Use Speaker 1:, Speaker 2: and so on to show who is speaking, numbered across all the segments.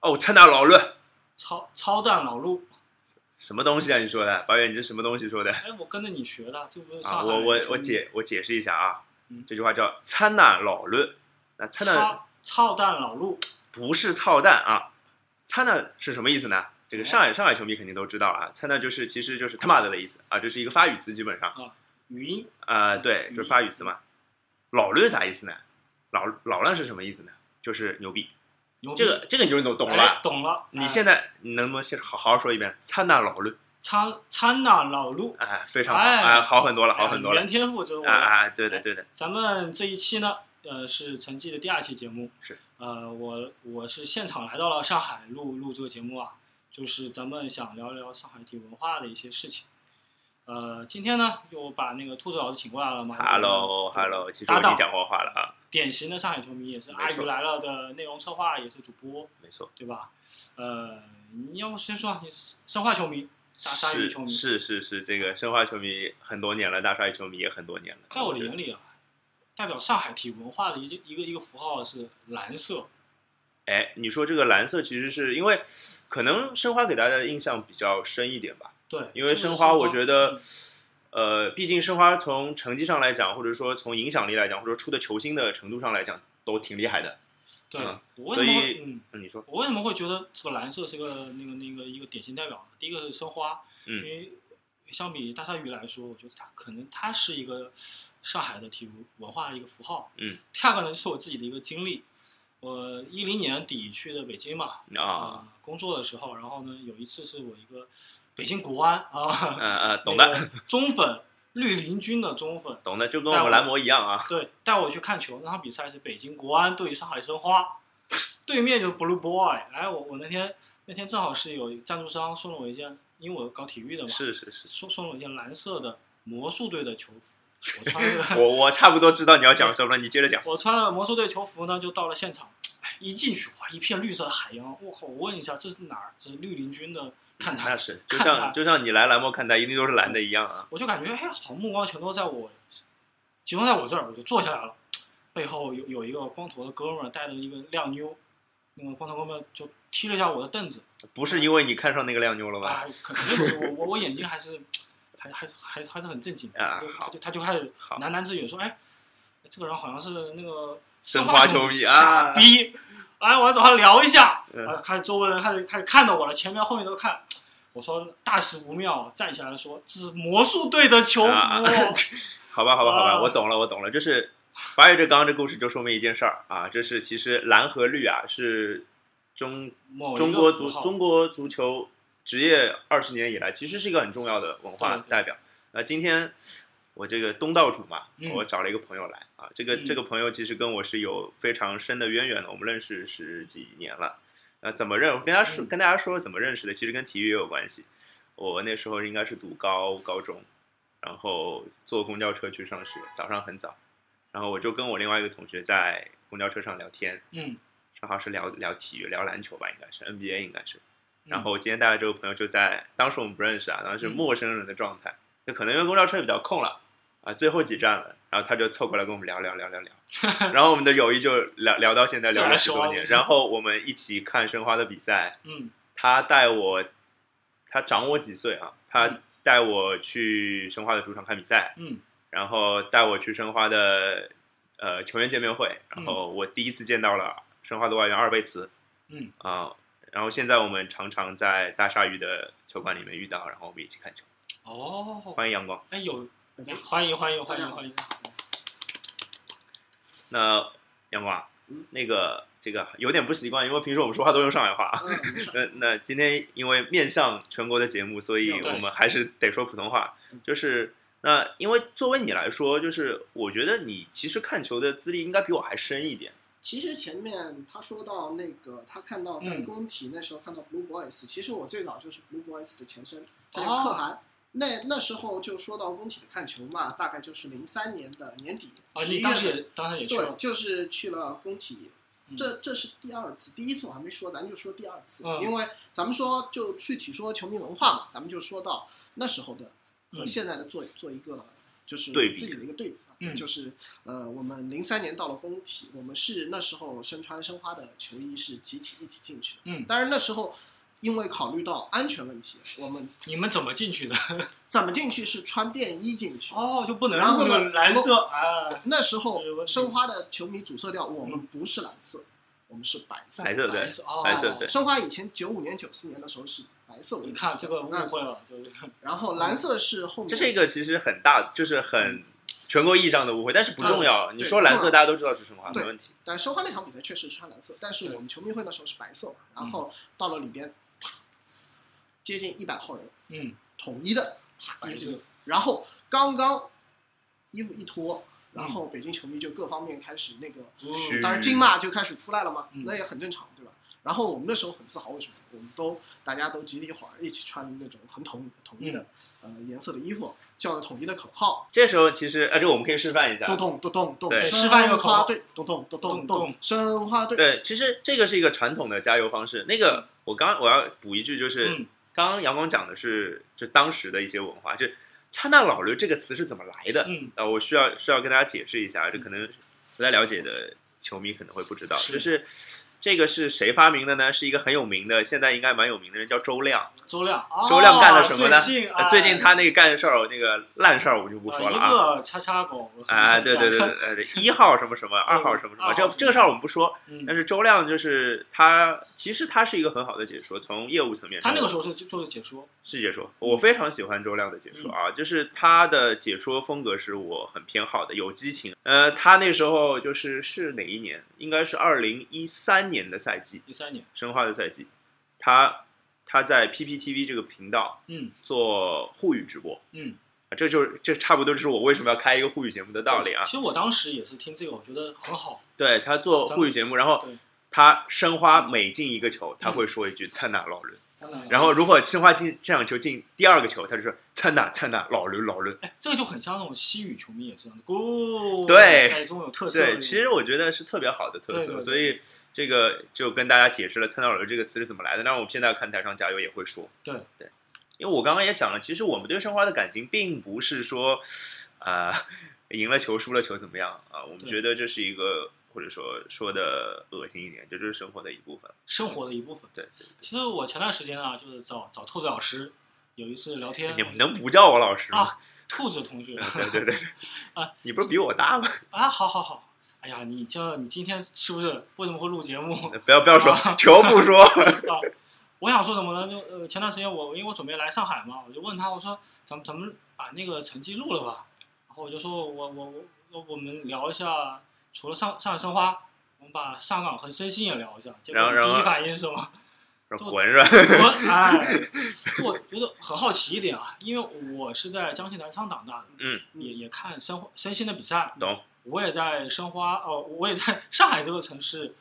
Speaker 1: 哦，我参到老了，
Speaker 2: 超超蛋老陆，
Speaker 1: 什么东西啊？你说的，宝远，你这什么东西说的？
Speaker 2: 哎，我跟着你学的，这不是
Speaker 1: 啊，
Speaker 2: 上海
Speaker 1: 我我
Speaker 2: 人说
Speaker 1: 我
Speaker 2: 的
Speaker 1: 解我解释一下啊，
Speaker 2: 嗯
Speaker 1: 这句话叫“参呐老论”，那“参呐
Speaker 2: 超超蛋老陆，”
Speaker 1: 不是操蛋啊，“参呐”是什么意思呢？这个
Speaker 2: 哎
Speaker 1: 上海上海球迷肯定都知道啊，“参呐”就是其实就是他妈的的意思啊，这是一个法语词，基本上
Speaker 2: 语音
Speaker 1: 啊、
Speaker 2: 嗯
Speaker 1: 对，就是法语词嘛。老论啥意思呢？老老论是什么意思呢？就是牛逼，
Speaker 2: 牛逼
Speaker 1: 这个这个你就懂了
Speaker 2: 哎
Speaker 1: 吧？
Speaker 2: 懂了。
Speaker 1: 你现在你能不能先好好说一遍“参呐老论
Speaker 2: 参参呐老陆”？，
Speaker 1: 哎，非常好，
Speaker 2: 哎
Speaker 1: 哎，好很多了，
Speaker 2: 哎
Speaker 1: 好
Speaker 2: 呀
Speaker 1: 很多
Speaker 2: 语
Speaker 1: 了
Speaker 2: 言，天赋就是我
Speaker 1: 啊
Speaker 2: 的。
Speaker 1: 啊，对的对的，
Speaker 2: 咱们这一期呢，呃，是陈记的第二期节目。
Speaker 1: 是。
Speaker 2: 呃，我我是现场来到了上海录录这个节目啊，就是咱们想聊聊上海体育文化的一些事情。呃，今天呢，又把那个兔子老师请过来了嘛。
Speaker 1: Hello
Speaker 2: 对
Speaker 1: Hello，其实我
Speaker 2: 搭
Speaker 1: 已经
Speaker 2: 档，
Speaker 1: 讲过话了啊，
Speaker 2: 典型的上海球迷，也是
Speaker 1: 没
Speaker 2: 阿
Speaker 1: 错
Speaker 2: 鱼来了的内容策划，也是主播，
Speaker 1: 没错。
Speaker 2: 对吧？呃，你要不先说啊，你是申花球迷，大鲨鱼
Speaker 1: 是
Speaker 2: 球迷，
Speaker 1: 是是是，这个申花球迷很多年了，大鲨鱼球迷也很多年了。
Speaker 2: 在我的
Speaker 1: 对
Speaker 2: 眼里啊，代表上海体育文化的一个一个一个符号是蓝色。
Speaker 1: 哎，你说这个蓝色其实是因为，可能申花给大家的印象比较深一点吧，
Speaker 2: 对，
Speaker 1: 因为
Speaker 2: 就是
Speaker 1: 申
Speaker 2: 花，
Speaker 1: 花我觉
Speaker 2: 嗯
Speaker 1: 得，呃，毕竟申花从成绩上来讲，或者说从影响力来讲，或者说出的球星的程度上来讲，都挺厉害的。
Speaker 2: 对，
Speaker 1: 嗯
Speaker 2: 我
Speaker 1: 所
Speaker 2: 为什么
Speaker 1: 以
Speaker 2: 会嗯，
Speaker 1: 嗯、你说，
Speaker 2: 我为什么会觉得这个蓝色是个那个那个一个典型代表呢？第一个是申花，
Speaker 1: 嗯，
Speaker 2: 因为相比大鲨鱼来说，我觉得它可能它是一个上海的体育文化的一个符号。
Speaker 1: 嗯，
Speaker 2: 第二个呢是我自己的一个经历，我一零年底去的北京嘛，
Speaker 1: 啊，
Speaker 2: 呃工作的时候，然后呢有一次是我一个北京国安啊，
Speaker 1: 呃呃，懂的，，
Speaker 2: 中粉绿林军的中粉，
Speaker 1: 懂的，就跟我们蓝魔一样啊。
Speaker 2: 对，带我去看球，那场比赛是北京国安对上海申花，对面就是 Blue Boy。哎，我我那天那天正好是有赞助商送了我一件，因为我搞体育的嘛，
Speaker 1: 是是是，
Speaker 2: 送送了我一件蓝色的魔术队的球服，我穿 了
Speaker 1: 我我差不多知道你要讲什么了，你接 着讲。
Speaker 2: 我穿了魔术队球服呢，就到了现场，哎，一进去哇，一片绿色的海洋，我靠！我问一下，这是哪儿？这是绿林军的看台
Speaker 1: 那，是，就
Speaker 2: 看
Speaker 1: 像
Speaker 2: 他
Speaker 1: 就像你来栏目看待，一定都是蓝的一样啊。
Speaker 2: 我就感觉哎，好像目光全都在我，集中在我这儿，我就坐下来了。背后有有一个光头的哥们儿带着一个靓妞，那个光头哥们儿就踢了一下我的凳子，
Speaker 1: 不是因为你看上那个靓妞了吧？
Speaker 2: 啊，肯肯定不是我我我眼睛还是还还是还是还是很正经的，
Speaker 1: 啊
Speaker 2: 就
Speaker 1: 好
Speaker 2: 他就他就开始
Speaker 1: 好
Speaker 2: 喃喃自语说，哎，这个人好像是那个
Speaker 1: 申
Speaker 2: 花
Speaker 1: 花球迷
Speaker 2: 傻
Speaker 1: 啊，
Speaker 2: 逼，哎，我要找他聊一下，
Speaker 1: 嗯
Speaker 2: 啊，开始周围人开始开始看着我了，前面后面都看。我说大事不妙，站起来说：“这是魔术队的球服。
Speaker 1: 啊 好吧，好吧，好吧，
Speaker 2: 啊
Speaker 1: 我懂了，我懂了，就是八月这刚刚这故事就说明一件事儿啊，这是其实蓝和绿啊是中
Speaker 2: 某一
Speaker 1: 中
Speaker 2: 个
Speaker 1: 国
Speaker 2: 符
Speaker 1: 足
Speaker 2: 号
Speaker 1: 中国足球职业二十年以来，其实是一个很重要的文化
Speaker 2: 对对
Speaker 1: 代表。那今天我这个东道主嘛，
Speaker 2: 嗯
Speaker 1: 我找了一个朋友来啊，这个
Speaker 2: 嗯
Speaker 1: 这个朋友其实跟我是有非常深的渊源的，我们认识十几年了。那呃怎么认？我跟大家说，
Speaker 2: 嗯
Speaker 1: 跟大家说怎么认识的，其实跟体育也有关系。我那时候应该是读高高中，然后坐公交车去上学，早上很早，然后我就跟我另外一个同学在公交车上聊天，
Speaker 2: 嗯，
Speaker 1: 正好是聊聊体育，聊篮球吧，应该是 NBA 应该是。
Speaker 2: 嗯
Speaker 1: 然后我今天带来这个朋友就在，当时我们不认识啊，当时是
Speaker 2: 嗯
Speaker 1: 陌生人的状态，就可能因为公交车比较空了啊，最后几站了，然后他就凑过来跟我们聊聊聊聊 聊，然后我们的友谊就聊聊到现在，
Speaker 2: 自
Speaker 1: 聊
Speaker 2: 然
Speaker 1: 了十
Speaker 2: 熟
Speaker 1: 多
Speaker 2: 了
Speaker 1: 年。然后我们一起看申花的比赛，
Speaker 2: 嗯
Speaker 1: 他带我，他长我几岁啊？他
Speaker 2: 嗯
Speaker 1: 带我去申花的主场看比赛，
Speaker 2: 嗯
Speaker 1: 然后带我去申花的呃球员见面会，然后我第一次见到了申花的外援阿尔贝茨
Speaker 2: 嗯，
Speaker 1: 啊、然后现在我们常常在大鲨鱼的球馆里面遇到，然后我们一起看球。
Speaker 2: 哦，
Speaker 1: 欢迎阳光。
Speaker 2: 哎有，
Speaker 3: 大家好，
Speaker 2: 欢迎欢迎
Speaker 3: 大
Speaker 2: 欢
Speaker 3: 家
Speaker 2: 迎
Speaker 3: 好，
Speaker 2: 欢
Speaker 3: 大
Speaker 2: 迎
Speaker 3: 家，好，大家好
Speaker 1: 那阳光啊
Speaker 3: 嗯，
Speaker 1: 那个这个有点不习惯，因为平时我们说话都用上海话啊。
Speaker 3: 嗯，没事儿，
Speaker 1: 那那今天因为面向全国的节目，所以
Speaker 3: 没有
Speaker 1: 我
Speaker 3: 关系
Speaker 1: 们还是得说普通话
Speaker 3: 嗯。
Speaker 1: 就是那因为作为你来说，就是我觉得你其实看球的资历应该比我还深一点。
Speaker 3: 其实前面他说到那个，他看到在
Speaker 2: 嗯
Speaker 3: 工体那时候看到 Blue Boys，、其实我最早就是 Blue Boys 的前身，他叫
Speaker 2: 哦
Speaker 3: 可汗。那那时候就说到工体的看球嘛，大概就是零三年的年底，
Speaker 2: 啊，
Speaker 3: 十一
Speaker 2: 你
Speaker 3: 月
Speaker 2: 当时
Speaker 3: 份
Speaker 2: 也当时也去
Speaker 3: 对，
Speaker 2: 了，
Speaker 3: 就是去了工体
Speaker 2: 嗯。
Speaker 3: 这这是第二次，第一次我还没说，咱就说第二次，
Speaker 2: 嗯
Speaker 3: 因为咱们说就具体说球迷文化嘛，咱们就说到那时候的和
Speaker 2: 嗯
Speaker 3: 现在的做做一个就是
Speaker 1: 对比
Speaker 3: 自己的一个对比啊。
Speaker 2: 嗯
Speaker 3: 就是呃，我们零三年到了工体，我们是那时候身穿申花的球衣是集体一起进去的。
Speaker 2: 嗯，
Speaker 3: 当然那时候因为考虑到安全问题，我们
Speaker 2: 你们怎么进去的？
Speaker 3: 怎么进去是穿便衣进去。
Speaker 2: 哦，就不能
Speaker 3: 然后
Speaker 2: 入那
Speaker 3: 呢
Speaker 2: 个蓝色啊，
Speaker 3: 那时候
Speaker 2: 这个问题
Speaker 3: 申花的球迷阻塞掉，我
Speaker 2: 嗯
Speaker 3: 们不是蓝色，我们是白色。啊
Speaker 1: 白色对
Speaker 2: 白色哦
Speaker 1: 白色对
Speaker 3: 申花以前九五年、九四年的时候是白色为主
Speaker 2: 你
Speaker 3: 的，
Speaker 2: 看这个误
Speaker 3: 那
Speaker 2: 会了，就是
Speaker 3: 然后蓝色是后面，
Speaker 1: 这是一个其实很大，就是很全国意义上的误会，但是不重要。你
Speaker 3: 嗯对
Speaker 1: 说蓝
Speaker 3: 重
Speaker 1: 色，
Speaker 3: 要
Speaker 1: 大家都知道是申花，没
Speaker 3: 对
Speaker 1: 问题。
Speaker 3: 但申花那场比赛确实穿蓝色，但是我们球迷会那时候是白色嘛，
Speaker 2: 嗯
Speaker 3: 然后到了里边，啪接近一百号人，
Speaker 2: 嗯，
Speaker 3: 统一的
Speaker 2: 白色，
Speaker 3: 然后刚刚衣服一脱，
Speaker 2: 嗯
Speaker 3: 然后北京球迷就各方面开始那个，
Speaker 1: 嘘
Speaker 3: 当然金骂就开始出来了嘛，
Speaker 2: 嗯
Speaker 3: 那也很正常，对吧？然后我们那时候很自豪，为什么？我们都大家都集体伙儿一起穿那种很统统一的、
Speaker 1: 嗯
Speaker 3: 呃颜色的衣服，叫着统一的口号，
Speaker 1: 这时候其实，啊，这个我们可以示范一下。
Speaker 3: 咚咚咚咚咚，
Speaker 1: 对
Speaker 2: 示范一个口号
Speaker 3: 对，咚咚咚
Speaker 2: 咚
Speaker 3: 咚
Speaker 2: 咚
Speaker 3: 咚，申花队，
Speaker 1: 对，其实这个是一个传统的加油方式。那
Speaker 3: 嗯
Speaker 1: 个我刚我要补一句，就是、
Speaker 2: 嗯
Speaker 1: 刚刚阳光讲的是就当时的一些文化，就“擦那老刘”这个词是怎么来的？
Speaker 2: 嗯
Speaker 1: 啊，我需要需要跟大家解释一下，这可能不太了解的球迷可能会不知道，
Speaker 2: 是
Speaker 1: 就是这个是谁发明的呢？是一个很有名的，现在应该蛮有名的人叫周亮。
Speaker 2: 周亮，
Speaker 1: 周亮干了什么呢
Speaker 2: 哦最近
Speaker 1: 呃
Speaker 2: 哎
Speaker 1: 最近他那个干的事儿，那个烂事儿，我们就不
Speaker 2: 呃
Speaker 1: 说了
Speaker 2: 一
Speaker 1: 啊。
Speaker 2: 个叉叉狗
Speaker 1: 啊，对对对，对对对，一号什么什么，二号什么什么，
Speaker 2: 二号
Speaker 1: 这
Speaker 2: 什么
Speaker 1: 这个事儿我们不说。但
Speaker 2: 嗯，
Speaker 1: 是周亮就是他，其实他是一个很好的解说，从业务层面
Speaker 2: 他
Speaker 1: 上，
Speaker 2: 那个时候是做的解说，
Speaker 1: 是解说，我非常喜欢周亮的解说啊，就是他的解说风格是我很偏好的，有激情。呃，他那时候就是是哪一年？应该是二零一三年的赛季，
Speaker 2: 一三年，
Speaker 1: 申花的赛季，他他在 PPTV 这个频道
Speaker 2: 嗯
Speaker 1: 做沪语直播。
Speaker 2: 嗯，
Speaker 1: 啊这就是这差不多就是我为什么要开一个沪语节目的道理啊
Speaker 2: 其！实我当时也是听这个，我觉得很好，
Speaker 1: 对他做沪语节目，然后
Speaker 2: 对
Speaker 1: 他申花每进一个球，他会说一句“灿纳老人”。
Speaker 2: 当然了
Speaker 1: 然后如果申花进这场球进第二个球，他就说“灿纳灿纳老人老人”。
Speaker 2: 哎，这个就很像那种西语球迷也是这样的，哦，
Speaker 1: 对
Speaker 2: 哎，这种有特色的那
Speaker 1: 对，
Speaker 2: 种，
Speaker 1: 其实我觉得是特别好的特
Speaker 2: 对对
Speaker 1: 色，
Speaker 2: 对
Speaker 1: 所以这个就跟大家解释了“参道人”这个词是怎么来的。那我们现在看台上加油也会说，
Speaker 2: 对
Speaker 1: 对，因为我刚刚也讲了，其实我们对申花的感情并不是说，啊、赢了球输了球怎么样啊、我们
Speaker 2: 对
Speaker 1: 觉得这是一个或者说说的恶心一点，这就是生活的一部分。
Speaker 2: 生活的一部分。
Speaker 1: 对对
Speaker 2: 其实我前段时间啊，就是找找兔子老师，有一次聊天，
Speaker 1: 你们能不叫我老师吗？
Speaker 2: 啊，兔子同学
Speaker 1: 对对对，
Speaker 2: 啊，
Speaker 1: 你不是比我大吗？
Speaker 2: 啊，好好好，哎呀，你这你今天是不是为什么会录节目
Speaker 1: 不要不要说，球不说。
Speaker 2: 啊？我想说什么呢？就呃，前段时间我因为我准备来上海嘛，我就问他，我说咱们咱们把那个成绩录了吧，然后我就说我我我我我们聊一下，除了上上海申花，我们把上港和申鑫也聊一下。结
Speaker 1: 然
Speaker 2: 果
Speaker 1: 后然
Speaker 2: 第一
Speaker 1: 后
Speaker 2: 反应是什么？
Speaker 1: 说混是吧？
Speaker 2: 我哎，我觉得很好奇一点啊，因为我是在江西南昌长大的，
Speaker 1: 嗯，
Speaker 2: 也也看申花申鑫的比赛，
Speaker 1: 懂，
Speaker 2: 我也在申花哦，我也在上海这个城市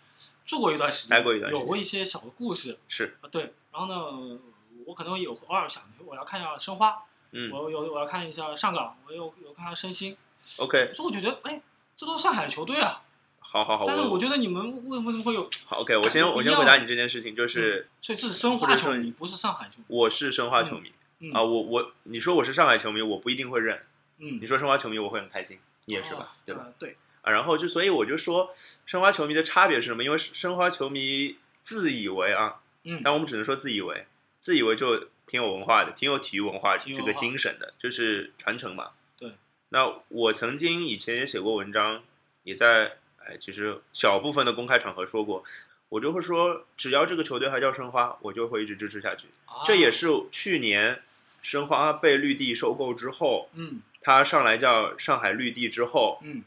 Speaker 2: 住过一段时间，
Speaker 1: 待过一段时间
Speaker 2: 有过一些小的故事
Speaker 1: 是，
Speaker 2: 啊，对，然后呢，我可能有偶尔想我要看一下申花，
Speaker 1: 嗯
Speaker 2: 我有我要看一下上港，我有有看一下申鑫，
Speaker 1: ，OK，
Speaker 2: 所以我就觉得哎，这都是上海球队啊，
Speaker 1: 好好好，
Speaker 2: 但是
Speaker 1: 哦我
Speaker 2: 我觉得你们为为什么会有？
Speaker 1: 好，OK，我
Speaker 2: 感
Speaker 1: 先
Speaker 2: 觉不
Speaker 1: 我
Speaker 2: 一
Speaker 1: 先
Speaker 2: 样嗯
Speaker 1: 回答你这件事情，就是
Speaker 2: 所以这是申
Speaker 1: 或
Speaker 2: 花
Speaker 1: 者说
Speaker 2: 球迷，不是上海球迷。
Speaker 1: 我是申花球迷
Speaker 2: 嗯嗯
Speaker 1: 啊，我我你说我是上海球迷，我不一定会认；
Speaker 2: 嗯
Speaker 1: 你，说申花球迷，我会很开心，你也是
Speaker 2: 哦
Speaker 1: 吧？对吧？
Speaker 3: 呃，对，
Speaker 1: 啊，然后就所以我就说，申花球迷的差别是什么？因为申花球迷自以为啊，
Speaker 2: 嗯
Speaker 1: 但我们只能说自以为，自以为就挺有文化的，挺有体育文化
Speaker 2: 挺有
Speaker 1: 这个
Speaker 2: 文化
Speaker 1: 精神的，就是传承嘛。
Speaker 2: 对。
Speaker 1: 那我曾经以前也写过文章，也在哎，其实小部分的公开场合说过，我就会说，只要这个球队还叫申花，我就会一直支持下去。
Speaker 2: 啊
Speaker 1: 这也是去年申花被绿地收购之后，
Speaker 2: 嗯
Speaker 1: 他上来叫上海绿地之后，
Speaker 2: 嗯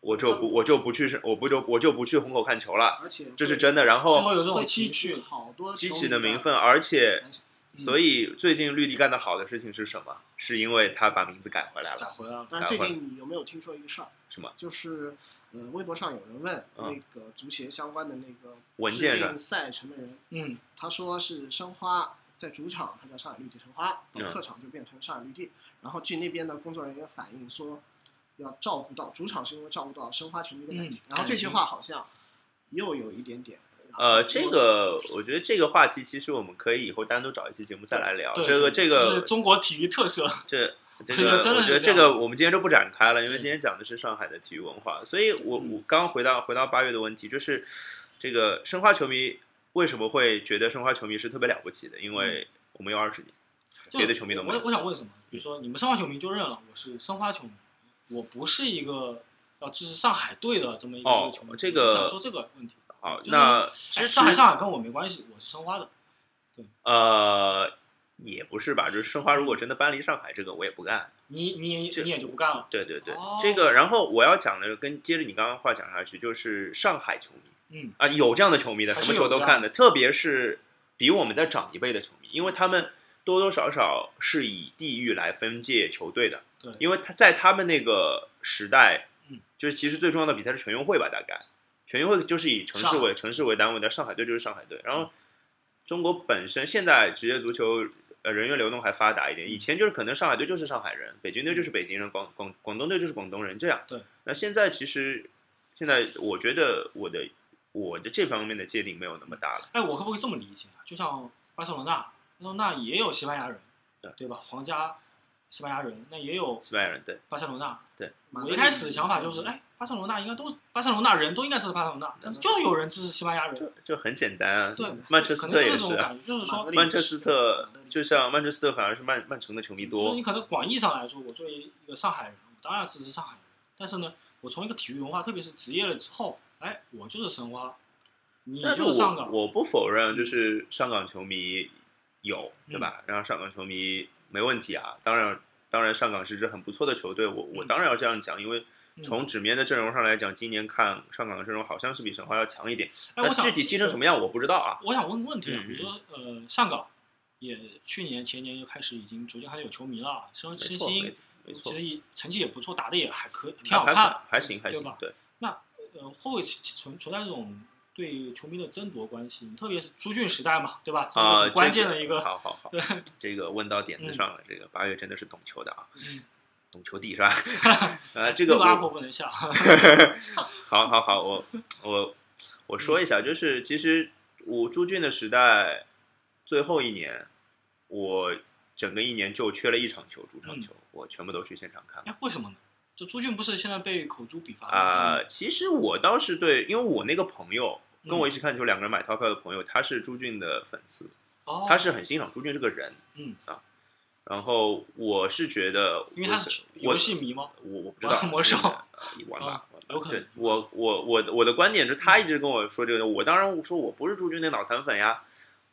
Speaker 1: 我就不我就不去申，我不就我就不去虹口看球了，
Speaker 3: 而且
Speaker 1: 这是真的。然
Speaker 2: 最后
Speaker 1: 后
Speaker 2: 有这种
Speaker 3: 会
Speaker 2: 情
Speaker 3: 激
Speaker 2: 绪
Speaker 3: 起，好多
Speaker 1: 激
Speaker 3: 球
Speaker 1: 起
Speaker 3: 迷
Speaker 1: 的民愤，而且
Speaker 3: 反响。
Speaker 2: 嗯
Speaker 1: 所以最近绿地干的好的事情是什么？是因为他把名字改回来
Speaker 2: 改
Speaker 1: 了，
Speaker 2: 回来了。
Speaker 3: 但是最近你有没有听说一个事儿？
Speaker 1: 什么
Speaker 3: 就是呃，微博上有人问
Speaker 1: 嗯
Speaker 3: 那个足协相关的那个
Speaker 1: 文
Speaker 3: 制
Speaker 1: 件上
Speaker 3: 定赛程的人，
Speaker 2: 嗯
Speaker 3: 他说是申花在主场，他叫上海绿地申花，
Speaker 1: 嗯
Speaker 3: 到客场就变成上海绿地。然后据那边的工作人员反映说，要照顾到主场是因为照顾到申花球迷的感情。
Speaker 2: 嗯
Speaker 3: 然后这句
Speaker 2: 感情
Speaker 3: 话好像又有一点点。然后
Speaker 1: 呃，这个我觉得这个话题其实我们可以以后单独找一期节目再来聊。
Speaker 2: 对
Speaker 1: 这个
Speaker 2: 对
Speaker 1: 这
Speaker 2: 这
Speaker 1: 个
Speaker 2: 是中国体育特色。
Speaker 1: 这这
Speaker 2: 对
Speaker 1: 个
Speaker 2: 真
Speaker 1: 我
Speaker 2: 的是
Speaker 1: 觉得这
Speaker 2: 这样
Speaker 1: 个我们今天就不展开了，因为
Speaker 2: 对
Speaker 1: 今天讲的是上海的体育文化，所以我
Speaker 3: 嗯
Speaker 1: 我刚刚回到回到八月的问题，就是这个申花球迷为什么会觉得申花球迷是特别了不起的？因为我们有二十年，
Speaker 2: 嗯就
Speaker 1: 别的球迷都没
Speaker 2: 我
Speaker 1: 有
Speaker 2: 我想问什么？比如说你们申花球迷就认了，我是申花球迷，我不是一个要支持上海队的这么一个
Speaker 1: 哦
Speaker 2: 球迷。
Speaker 1: 这
Speaker 2: 我
Speaker 1: 个
Speaker 2: 是想说这个问题。
Speaker 1: 好，
Speaker 2: 就是
Speaker 1: 那
Speaker 2: 哎上海上海跟我没关系，我是申花的。
Speaker 1: 呃也不是吧，就是申花如果真的搬离上海，这个我也不干。
Speaker 2: 你你
Speaker 1: 这
Speaker 2: 你也就不干了。
Speaker 1: 对对对，
Speaker 2: 哦
Speaker 1: 这个然后我要讲的跟接着你刚刚话讲下去，就是上海球迷。
Speaker 2: 嗯，
Speaker 1: 啊，有这样的球迷的，
Speaker 2: 还
Speaker 1: 什
Speaker 2: 是
Speaker 1: 么球
Speaker 2: 有啊
Speaker 1: 都
Speaker 2: 这样
Speaker 1: 看的，特别是比我们再长一辈的球迷，因为他们多多少少是以地域来分界球队的，
Speaker 2: 对，
Speaker 1: 因为他在他们那个时代，
Speaker 2: 嗯，
Speaker 1: 就是其实最重要的比赛是全运会吧，大概全运会就是以城市为城市为单位的，上海队就是上海队，然后中国本身现在职业足球。呃，人员流动还发达一点，以前就是可能上海队就是上海人，北京队就是北京人，广广广东队就是广东人这样。
Speaker 2: 嗯对，
Speaker 1: 那现在其实现在我觉得我的我的这方面的界定没有那么大了。
Speaker 2: 哎，我可不可以这么理解啊？就像巴塞罗那，巴塞罗那也有西班牙人，
Speaker 1: 对
Speaker 2: 吧？皇家西班牙人，那也有
Speaker 1: 西班牙人对，
Speaker 2: 巴塞罗那。我
Speaker 3: 马德里
Speaker 2: 一开始想法
Speaker 1: 嗯
Speaker 2: 就是，
Speaker 3: 嗯
Speaker 2: 哎，巴塞罗那应该都巴塞罗那人都应该支持巴塞罗那，但是就有人支持西班牙人。
Speaker 1: 就很简单啊。
Speaker 2: 对，
Speaker 1: 曼彻斯
Speaker 2: 可能
Speaker 1: 特
Speaker 2: 就
Speaker 1: 也
Speaker 2: 是这种
Speaker 1: 是啊，
Speaker 2: 感觉，就是
Speaker 3: 马德
Speaker 2: 说
Speaker 3: 里，
Speaker 1: 曼彻斯特
Speaker 3: 马德里
Speaker 1: 就像曼彻斯特反而是曼曼城的球迷
Speaker 2: 就是
Speaker 1: 多
Speaker 2: 你。可能广义上来说，我作为一个上海人，我当然支持上海人。但是呢，我从一个体育文化，特别是职业了之后，哎，我就是申花，你
Speaker 1: 但是
Speaker 2: 就是上
Speaker 1: 我
Speaker 2: 港，
Speaker 1: 我不否认，就是上港球迷有对
Speaker 2: 嗯
Speaker 1: 吧？然后上港球迷没问题啊，当然。当然，上港是支很不错的球队，我我
Speaker 2: 嗯
Speaker 1: 当然要这样讲，因为
Speaker 2: 嗯
Speaker 1: 从纸面的阵容上来讲，今年看上港的阵容好像是比申花要强一点。
Speaker 2: 哎，
Speaker 1: 那
Speaker 2: 我想
Speaker 1: 具体踢成什么样我不知道啊。
Speaker 2: 我想问个问题啊，
Speaker 1: 嗯嗯
Speaker 2: 比如说呃，上港也去年前年就开始已经逐渐开始有球迷了，申
Speaker 1: 没
Speaker 2: 申
Speaker 1: 错，没
Speaker 2: 鑫
Speaker 1: 没错
Speaker 2: 其，实成绩也不错，打的也还可以，挺
Speaker 1: 还
Speaker 2: 好看的，
Speaker 1: 还行还
Speaker 2: 对
Speaker 1: 行
Speaker 2: 吧，
Speaker 1: 对。
Speaker 2: 呃，会不会存存在这种对球迷的争夺关系？特别是朱俊时代嘛，对吧？这是
Speaker 1: 啊，
Speaker 2: 很关键
Speaker 1: 这
Speaker 2: 的一个，
Speaker 1: 好好好，这个问到点子上了。这个八月真的是懂球的啊，
Speaker 2: 嗯，
Speaker 1: 懂球帝是 吧？啊，这个
Speaker 2: 六阿
Speaker 1: 我
Speaker 2: 婆不能下，
Speaker 1: 好好好，我我我说一下，就是其实我朱俊的时代最后一年，我整个一年就缺了一场球，主场球，我全部都去现场看了。
Speaker 2: 哎，为什么呢？就朱俊不是现在被口诛笔伐
Speaker 1: 啊、
Speaker 2: 吗？
Speaker 1: 其实我倒是对，因为我那个朋友跟我
Speaker 2: 嗯
Speaker 1: 一起看球，两个人买套票的朋友，他是朱俊的粉丝，
Speaker 2: 哦，
Speaker 1: 他是很欣赏朱俊这个人，
Speaker 2: 嗯
Speaker 1: 啊，然后我是觉得，
Speaker 2: 因为他是
Speaker 1: 我
Speaker 2: 游戏迷吗？
Speaker 1: 我我不知道
Speaker 2: 魔兽
Speaker 1: 呃玩吧玩
Speaker 2: 啊，
Speaker 1: 吧
Speaker 2: 有可能
Speaker 1: 对我我我我的观点是他一直跟我说这个，我当然说我不是朱军的脑残粉呀，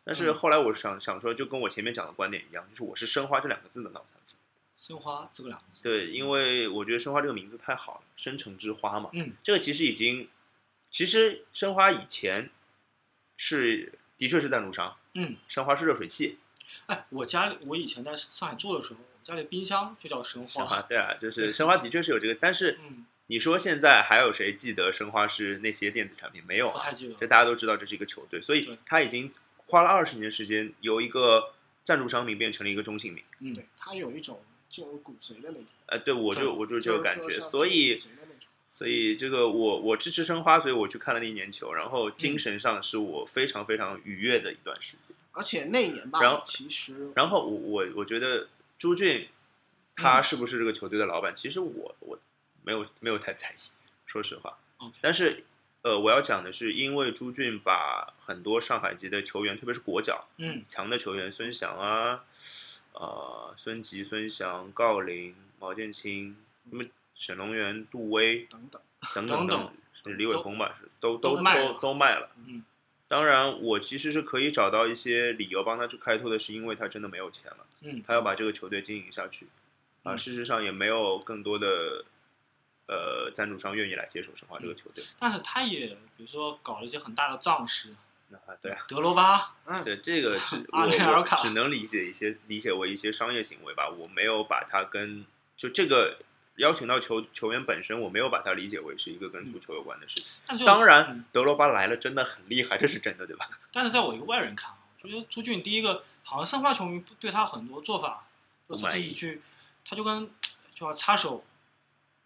Speaker 1: 但是
Speaker 2: 嗯
Speaker 1: 后来我想想说，就跟我前面讲的观点一样，就是我是申花这两个字的脑残粉。
Speaker 2: 申花这个两个字，
Speaker 1: 对，因为我觉得申花这个名字太好了，深城之花嘛，
Speaker 2: 嗯，
Speaker 1: 这个其实已经，其实申花以前是的确是赞助商，
Speaker 2: 嗯，
Speaker 1: 申花是热水器，
Speaker 2: 哎，我家里我以前在上海住的时候，我家里冰箱就叫申
Speaker 1: 申花
Speaker 2: 花，
Speaker 1: 对啊，就是申花的确是有这个，但是
Speaker 2: 嗯，
Speaker 1: 你说现在还有谁记得申花是那些电子产品？没有
Speaker 2: 不
Speaker 1: 啊，
Speaker 2: 太记得
Speaker 1: 这
Speaker 2: 了。
Speaker 1: 大家都知道这是一个球队，所以
Speaker 2: 对
Speaker 1: 他已经花了二十年时间，由一个赞助商名变成了一个中性名。
Speaker 2: 嗯
Speaker 3: 对，他有一种进入骨髓的那种，
Speaker 1: 呃，对我就
Speaker 2: 对
Speaker 1: 我就这
Speaker 3: 就
Speaker 1: 个
Speaker 3: 是
Speaker 1: 感
Speaker 3: 说
Speaker 1: 觉，
Speaker 3: 像
Speaker 1: 所以
Speaker 3: 进入骨髓的那种
Speaker 1: 所以这个我我支持申花，所以我去看了那一年球，然后精神上是我非常非常愉悦的一段时间。
Speaker 3: 而且那一年
Speaker 1: 然后
Speaker 3: 吧，其实
Speaker 1: 然后我我我觉得朱俊他是不是这个球队的老板，其实我我没有没有太在意，说实话。
Speaker 2: OK
Speaker 1: 但是呃，我要讲的是，因为朱俊把很多上海籍的球员，特别是国脚
Speaker 2: 嗯，
Speaker 1: 强的球员，孙翔啊，呃，孙吉、孙翔、郜林、毛剑卿，那么沈龙源、杜威
Speaker 3: 等等，
Speaker 1: 等等
Speaker 2: 等等
Speaker 1: 是李伟
Speaker 2: 都
Speaker 1: 峰吧，是都都
Speaker 2: 都卖
Speaker 1: 都
Speaker 2: 了
Speaker 1: 都卖了。
Speaker 2: 嗯，
Speaker 1: 当然，我其实是可以找到一些理由帮他去开拓的，是因为他真的没有钱了，
Speaker 2: 嗯，
Speaker 1: 他要把这个球队经营下去。啊，
Speaker 2: 嗯
Speaker 1: 事实上也没有更多的呃赞助商愿意来接手申花这个球队。
Speaker 2: 但是他也比如说搞了一些很大的仗势，
Speaker 1: 那啊对啊，
Speaker 2: 德罗巴，
Speaker 3: 嗯，
Speaker 1: 对这个是我
Speaker 2: 阿内啊尔
Speaker 1: 我
Speaker 2: 卡
Speaker 1: 只能理解一些理解为一些商业行为吧，我没有把它跟就这个邀请到球球员本身，我没有把它理解为是一个跟足球有关的事情。
Speaker 2: 但是
Speaker 1: 当
Speaker 2: 嗯
Speaker 1: 然，德罗巴来了真的很厉害，这是真的，对吧？
Speaker 2: 但是在我一个外人看啊，我觉得朱俊第一个好像申花球迷对他很多做法，就
Speaker 1: 不
Speaker 2: 是
Speaker 1: 满
Speaker 2: 自
Speaker 1: 意
Speaker 2: 己去，他就跟就要插手，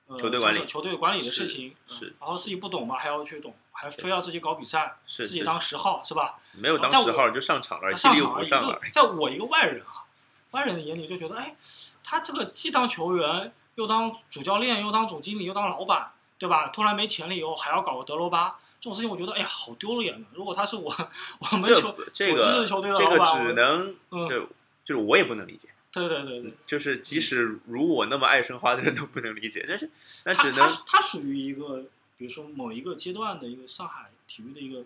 Speaker 2: 呃，
Speaker 1: 球队管理
Speaker 2: 插手球队管理的事情，
Speaker 1: 是是
Speaker 2: 嗯然后自己不懂嘛，还要去懂，还非要自己搞比赛，
Speaker 1: 是
Speaker 2: 自己
Speaker 1: 是，
Speaker 2: 当十号是吧？啊
Speaker 1: 没有当
Speaker 2: 但
Speaker 1: 十
Speaker 2: 我
Speaker 1: 号就上场了，
Speaker 2: 他
Speaker 1: 踢
Speaker 2: 上
Speaker 1: 利物
Speaker 2: 场
Speaker 1: 浦
Speaker 2: 而已，
Speaker 1: 上了
Speaker 2: 就，在我一个外人啊，外人的眼里就觉得，哎，他这个既当球员，又当主教练，又当总经理，又当老板，对吧？突然没钱了以后，还要搞个德罗巴，这种事情我觉得，哎呀，好丢脸的。如果他是我 我们
Speaker 1: 这
Speaker 2: 球
Speaker 1: 这
Speaker 2: 所支持
Speaker 1: 个
Speaker 2: 的球队的
Speaker 1: 这个
Speaker 2: 老板，
Speaker 1: 只
Speaker 2: 我
Speaker 1: 能
Speaker 2: 嗯
Speaker 1: 就嗯就是我也不能理解，
Speaker 2: 对对对对，
Speaker 1: 就是即使如我那么爱申花的人都不能理解，但是那
Speaker 2: 他
Speaker 1: 只
Speaker 2: 他
Speaker 1: 能
Speaker 2: 是他属于一个，比如说某一个阶段的一个上海体育的一个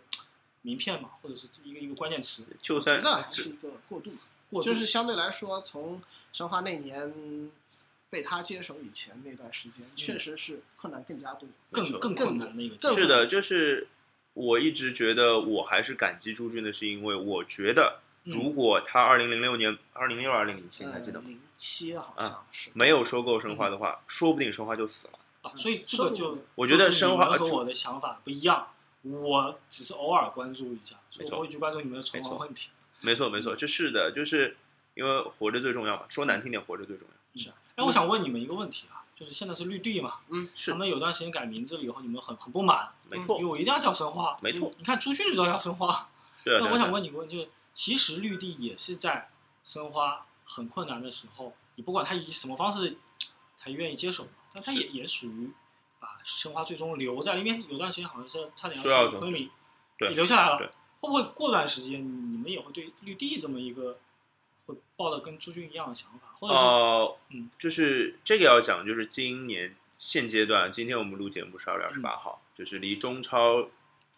Speaker 2: 名片嘛，或者是一个一个关键词
Speaker 1: 就
Speaker 3: 我觉
Speaker 1: 算
Speaker 3: 得还
Speaker 1: 只
Speaker 3: 是一个过渡，
Speaker 2: 过渡。
Speaker 3: 就是相对来说，从申花那年被他接手以前那段时间，确
Speaker 2: 嗯
Speaker 3: 实是困难更加多。
Speaker 1: 没
Speaker 2: 更
Speaker 1: 错
Speaker 2: 更
Speaker 3: 更
Speaker 2: 困难的一个
Speaker 3: 更
Speaker 2: 阶
Speaker 1: 是
Speaker 2: 段
Speaker 1: 的，就是我一直觉得我还是感激朱俊的，是因为我觉得
Speaker 2: 嗯
Speaker 1: 如果他二零零六年、二零六二零零七还记得
Speaker 3: 呃，
Speaker 1: 吗？
Speaker 3: 零七好
Speaker 1: 啊
Speaker 3: 像是。
Speaker 1: 没有收购申花的
Speaker 2: 嗯
Speaker 1: 话，说不定申花就死了。
Speaker 2: 啊，所以这个
Speaker 3: 说不
Speaker 2: 就
Speaker 3: 定
Speaker 1: 我觉得啊
Speaker 2: 就是
Speaker 1: 申
Speaker 2: 你
Speaker 1: 花
Speaker 2: 们和我的想法不一样，我只是偶尔关注一下，所
Speaker 1: 没错
Speaker 2: 以我不会去关注你们的存亡问题。
Speaker 1: 没错
Speaker 2: 嗯
Speaker 1: 没错，这是的，就是因为活着最重要嘛。说难听点，活着最重要。
Speaker 3: 是啊
Speaker 2: 哎，我想问你们一个问题啊，就是现在是绿地嘛，
Speaker 1: 是
Speaker 2: 他们有段时间改名字了以后，你们很很不满，
Speaker 1: 没错
Speaker 2: 因为我一定要叫申花，
Speaker 1: 没错
Speaker 2: 你看朱迅都要申花，
Speaker 1: 对啊。对啊
Speaker 2: 那我想，
Speaker 1: 对啊
Speaker 2: 问你个问题，就是其实绿地也是在申花很困难的时候，你不管他以什么方式才愿意接手，但他
Speaker 1: 是
Speaker 2: 也也属于把申花最终留在了，因为有段时间好像是差点
Speaker 1: 说要
Speaker 2: 去
Speaker 1: 走
Speaker 2: 昆明，
Speaker 1: 对
Speaker 2: 也留下来
Speaker 1: 对
Speaker 2: 了。会不会过段时间你们也会对绿地这么一个会抱着跟朱军一样的想法，或者是、
Speaker 1: 哦、
Speaker 2: 嗯
Speaker 1: 就是这个要讲，就是今年现阶段，今天我们录节目是二月二十八
Speaker 2: 嗯
Speaker 1: 号，就是离中超